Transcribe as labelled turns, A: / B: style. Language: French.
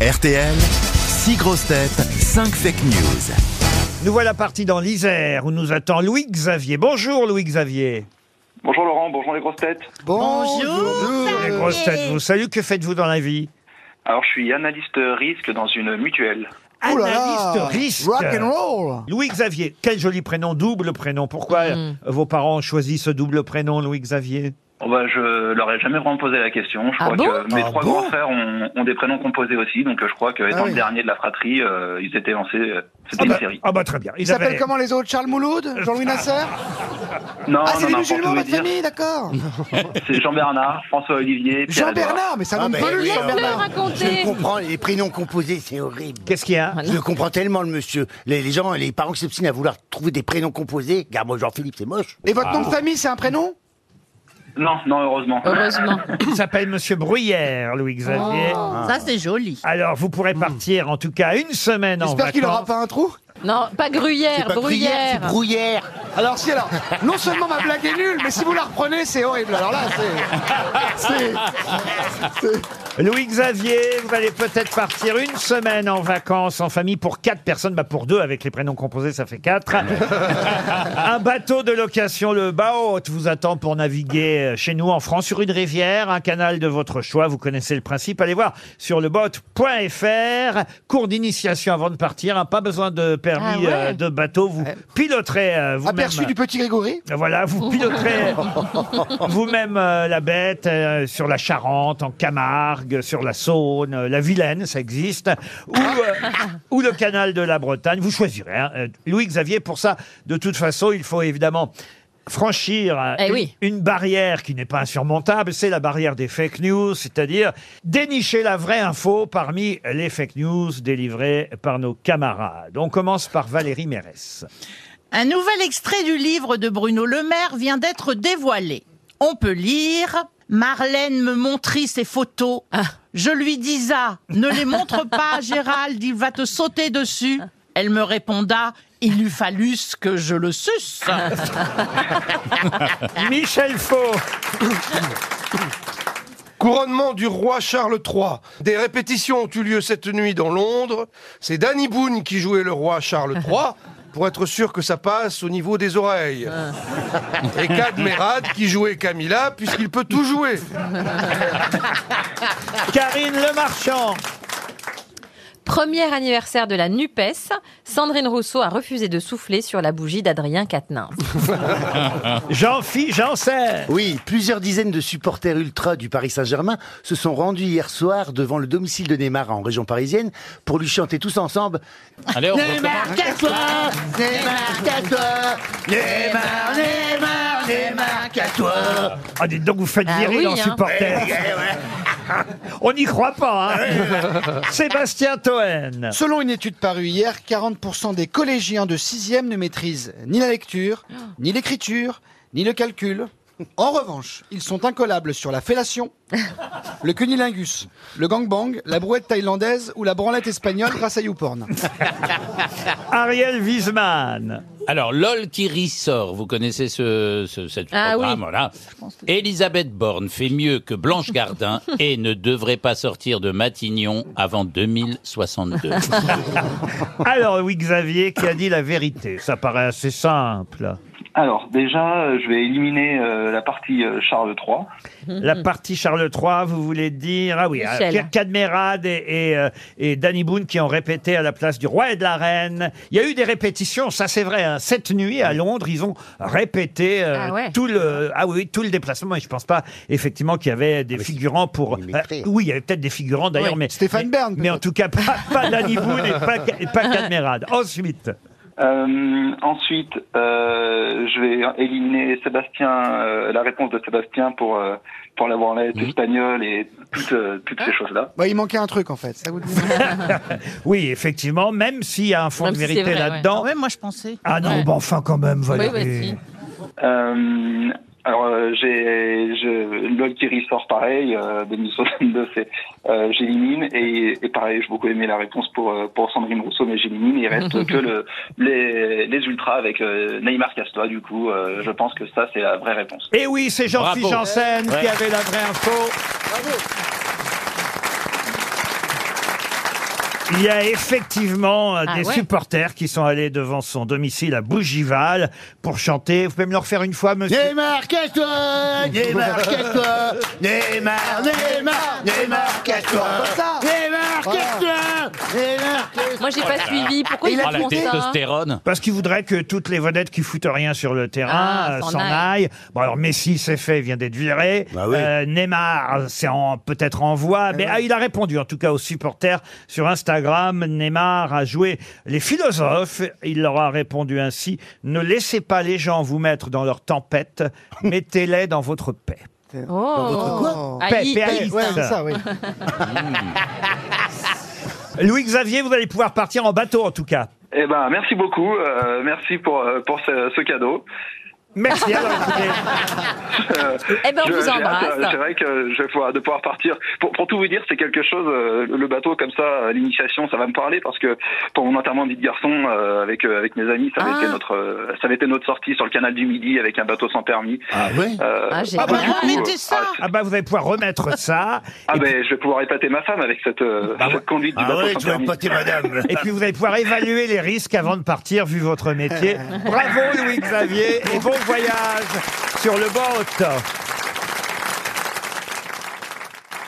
A: RTL, 6 grosses têtes, 5 fake news.
B: Nous voilà partis dans l'Isère où nous attend Louis-Xavier. Bonjour Louis-Xavier.
C: Bonjour Laurent, bonjour les grosses têtes.
B: Les grosses têtes vous saluent. Que faites-vous dans la vie
C: Alors je suis analyste risque dans une mutuelle.
D: Oh là là
B: Analyste risque.
D: Rock and roll
B: Louis-Xavier, quel joli prénom, double prénom. Pourquoi
C: Hmm.
B: euh, vos parents ont choisi ce double prénom, Louis-Xavier
C: Oh bah, je leur ai jamais vraiment posé la question. Je
E: Ah
C: crois
E: bon
C: que mes
D: Ah
C: trois
D: bon
C: grands frères ont, ont des prénoms composés aussi, donc euh, je crois que étant
D: Ah oui.
C: le dernier de la fratrie, euh, ils étaient lancés. euh, C'était
B: Ah bah,
C: une série.
B: ah bah, très bien.
D: Il s'appelle comment les autres Charles Mouloud Jean-Louis Nasser
C: Non,
D: Ah, c'est
C: Euh, ah. non,
D: des
C: non, pour
D: musulmans,
C: tout vous
D: votre
C: dire,
D: famille, d'accord
C: c'est Jean Bernard, François Olivier, Pierre Edouard.
D: Jean-Bernard, mais ça
F: Ah,
D: donne
F: mais
D: pas le
C: hein.
F: oui,
D: lien,
F: Jean-Bernard.
E: Laisse-le
D: Bernard
F: Je le
E: raconter.
F: comprends, les prénoms composés, c'est horrible.
B: Qu'est-ce qu'il y a
F: Je le comprends tellement, le monsieur. Les, les gens, les parents qui s'obstinent à vouloir trouver des prénoms composés. Regarde, moi, Jean-Philippe, c'est moche.
D: Et votre nom de famille, c'est un prénom
C: Non, non, heureusement.
E: Heureusement.
B: Il s'appelle Monsieur Bruyère, Louis-Xavier.
C: Oh.
E: Ah.
G: Ça, c'est joli.
B: Alors, vous pourrez partir en tout cas une semaine en
D: Hmm.
C: bah,
D: J'espère
B: vacances.
D: qu'il aura pas un trou.
E: Non, pas gruyère,
F: Pas gruyère, c'est
E: bruyère.
F: brouillère.
D: Alors si, alors, non seulement ma blague est nulle, mais si vous la reprenez, c'est horrible. Alors là, c'est- c'est...
B: Louis-Xavier, vous allez peut-être partir une semaine en vacances en famille pour quatre personnes, bah pour deux avec les prénoms composés, ça fait quatre. Un bateau de location, le Baote, vous attend pour naviguer euh, chez nous en France sur une rivière, un canal de votre choix. Vous connaissez le principe. Allez voir sur le baote.fr. Cours d'initiation avant de partir. hein, pas besoin de permis
E: Ah ouais.
B: euh, de bateau. Vous piloterez euh, vous-même.
D: Aperçu du petit Grégory
B: Voilà,
E: Oh.
B: vous piloterez vous-même euh, la bête euh, sur la Charente, en Camargue, sur la Saône, euh, la Vilaine, ça existe, ou, euh, ou le canal de la Bretagne. Vous choisirez. hein. Euh, Louis-Xavier, pour ça, de toute façon, il faut évidemment franchir euh,
E: Eh
B: une,
E: oui.
B: une barrière qui n'est pas insurmontable, c'est la barrière des fake news, c'est-à-dire dénicher la vraie info parmi les fake news délivrées par nos camarades. On commence par Valérie Mérès.
G: Un nouvel extrait du livre de Bruno Le Maire vient d'être dévoilé. On peut lire Marlène me montrit ses photos.
E: Ah.
G: Je lui dis ah, ne les montre pas, Gérald, il va te sauter dessus. Elle me réponda Il eût fallu que je le suce.
E: Ah.
B: Michel Faux
H: Couronnement du roi Charles III. Des répétitions ont eu lieu cette nuit dans Londres. C'est Danny Boone qui jouait le roi Charles III pour être sûr que ça passe au niveau des oreilles.
E: Ah.
H: Et Cadmerade qui jouait Camilla puisqu'il peut tout jouer.
B: Karine Le Marchand.
E: Premier anniversaire de la NUPES, Sandrine Rousseau a refusé de souffler sur la bougie d'Adrien Quatennens.
B: Jean-Phi Janssen.
F: Oui, plusieurs dizaines de supporters ultra du Paris Saint-Germain se sont rendus hier soir devant le domicile de Neymar en région parisienne pour lui chanter tous ensemble
I: Allez, on
F: Neymar, casse-toi Neymar, Hein, casse-toi Neymar, Neymar, Neymar, casse-toi
B: Ah, dites donc, vous faites
E: Ah
B: virer
E: oui,
B: dans
E: hein.
B: supporter. On n'y croit pas, hein. Sébastien Toen.
D: Selon une étude parue hier, 40% des collégiens de 6e ne maîtrisent ni la lecture, ni l'écriture, ni le calcul. En revanche, ils sont incollables sur la fellation, le cunilingus, le gangbang, la brouette thaïlandaise ou la branlette espagnole grâce à YouPorn.
B: Ariel Wiesman.
I: Alors, LOL qui ressort, vous connaissez ce, ce cette
E: Ah
I: programme,
E: oui.
I: voilà. Elisabeth Borne fait mieux que Blanche Gardin et ne devrait pas sortir de Matignon avant 2062.
B: Alors, oui, Xavier qui a dit la vérité. Ça paraît assez simple.
C: Alors déjà, euh, je vais éliminer euh, la partie euh, Charles III.
B: La partie Charles III, vous voulez dire Ah oui,
E: Michel.
B: Pierre Cadmerade et, et, euh, et Danny Boone qui ont répété à la place du roi et de la reine. Il y a eu des répétitions, ça c'est vrai. hein. Cette nuit à Londres, ils ont répété euh,
E: Ah ouais.
B: tout le ah oui tout le déplacement. Et je pense pas effectivement qu'il y avait
D: Ah,
B: des figurants pour. euh,
F: ils mettraient.
B: oui, il y avait peut-être des figurants d'ailleurs, mais
D: Stéphane
B: mais-
D: Bern,
B: Mais, en tout cas pas, pas Danny Boone et pas, et pas Cadmerade. Ensuite,
C: Euh, ensuite, euh, je vais éliminer Sébastien, euh, la réponse de Sébastien pour euh, pour la branlette espagnole et toutes euh, toutes ces choses-là.
D: Bah, il manquait un truc en fait. Ça vous dit
B: oui effectivement, même s'il y a un fond
E: Même
B: de
E: si c'est
B: vérité
E: vrai, ouais.
G: Ah
B: là-dedans.
G: ouais, moi je pensais.
B: Ah non,
E: Ouais.
B: bah enfin quand même,
E: Oui,
B: Valérie.
E: voici.
C: Euh, alors euh, j'ai je, LOL qui ressort pareil, euh, 2062 c'est euh, j'élimine et, et pareil j'ai beaucoup aimé la réponse pour euh, pour Sandrine Rousseau mais j'élimine il reste que le les, les ultras avec euh, Neymar Castois du coup euh, je pense que ça c'est la vraie réponse.
B: Et Eh oui, c'est Jean-Philippe
I: Bravo.
B: Janssen qui
I: Ouais.
B: avait la vraie info. Il y a effectivement euh,
E: Ah
B: des
E: ouais.
B: supporters qui sont allés devant son domicile à Bougival pour chanter. Vous pouvez me le refaire une fois, monsieur
F: Neymar, cache-toi Neymar, cache-toi Neymar, Neymar, Neymar, cache-toi Neymar, cache-toi Neymar, cache-toi
E: Moi, j'ai pas suivi. Pourquoi ils
I: Ah, la
E: font ça
I: testostérone.
B: Parce qu'il voudrait que toutes les vedettes qui foutent rien sur le terrain
E: Ah,
B: euh,
E: s'en
B: s'en aillent. Bon, alors Messi, c'est fait, il vient d'être viré.
F: Bah oui.
B: Euh, Neymar, c'est en- peut-être en voie.
D: Eh
B: Mais ah, il a répondu, en tout cas, aux supporters sur Instagram. Neymar a joué les philosophes. Il leur a répondu ainsi. Ne laissez pas les gens vous mettre dans leur tempête. Mettez-les dans votre paix.
E: Oh.
F: quoi
E: Ah,
B: Paix,
E: il-
B: paix,
E: il-
B: paix.
D: Ouais, c'est ça, oui.
B: Louis-Xavier, vous allez pouvoir partir en bateau, en tout cas.
C: Eh ben, merci beaucoup. euh, merci pour, euh, pour ce, ce cadeau.
B: Merci. Alors, écoutez,
E: Eh ben, on
C: Je-
E: vous
C: j'ai hâte, euh,
E: embrasse.
C: C'est vrai que je vais pouvoir, de pouvoir partir. Pour, pour tout vous dire, c'est quelque chose, euh, le bateau comme ça, euh, l'initiation, ça va me parler parce que pour mon enterrement de vie de garçon euh, avec, euh, avec mes amis, ça avait,
E: Ah.
C: été notre, euh, ça avait été notre sortie sur le canal du Midi avec un bateau sans permis.
F: Ah ouais
C: Euh,
E: Ah, j'ai
G: Ah bah
E: rien.
G: non, mettez ça
B: ah bah, vous allez pouvoir remettre ça.
C: ah ben, je vais pouvoir épater ma femme avec cette, euh, cette conduite du
F: Ah
C: bateau
F: ouais,
C: sans
F: tu vas
C: permis.
F: épater madame
B: Et puis vous allez pouvoir évaluer les risques avant de partir, vu votre métier. Bravo Louis-Xavier et bon voyage sur le boat.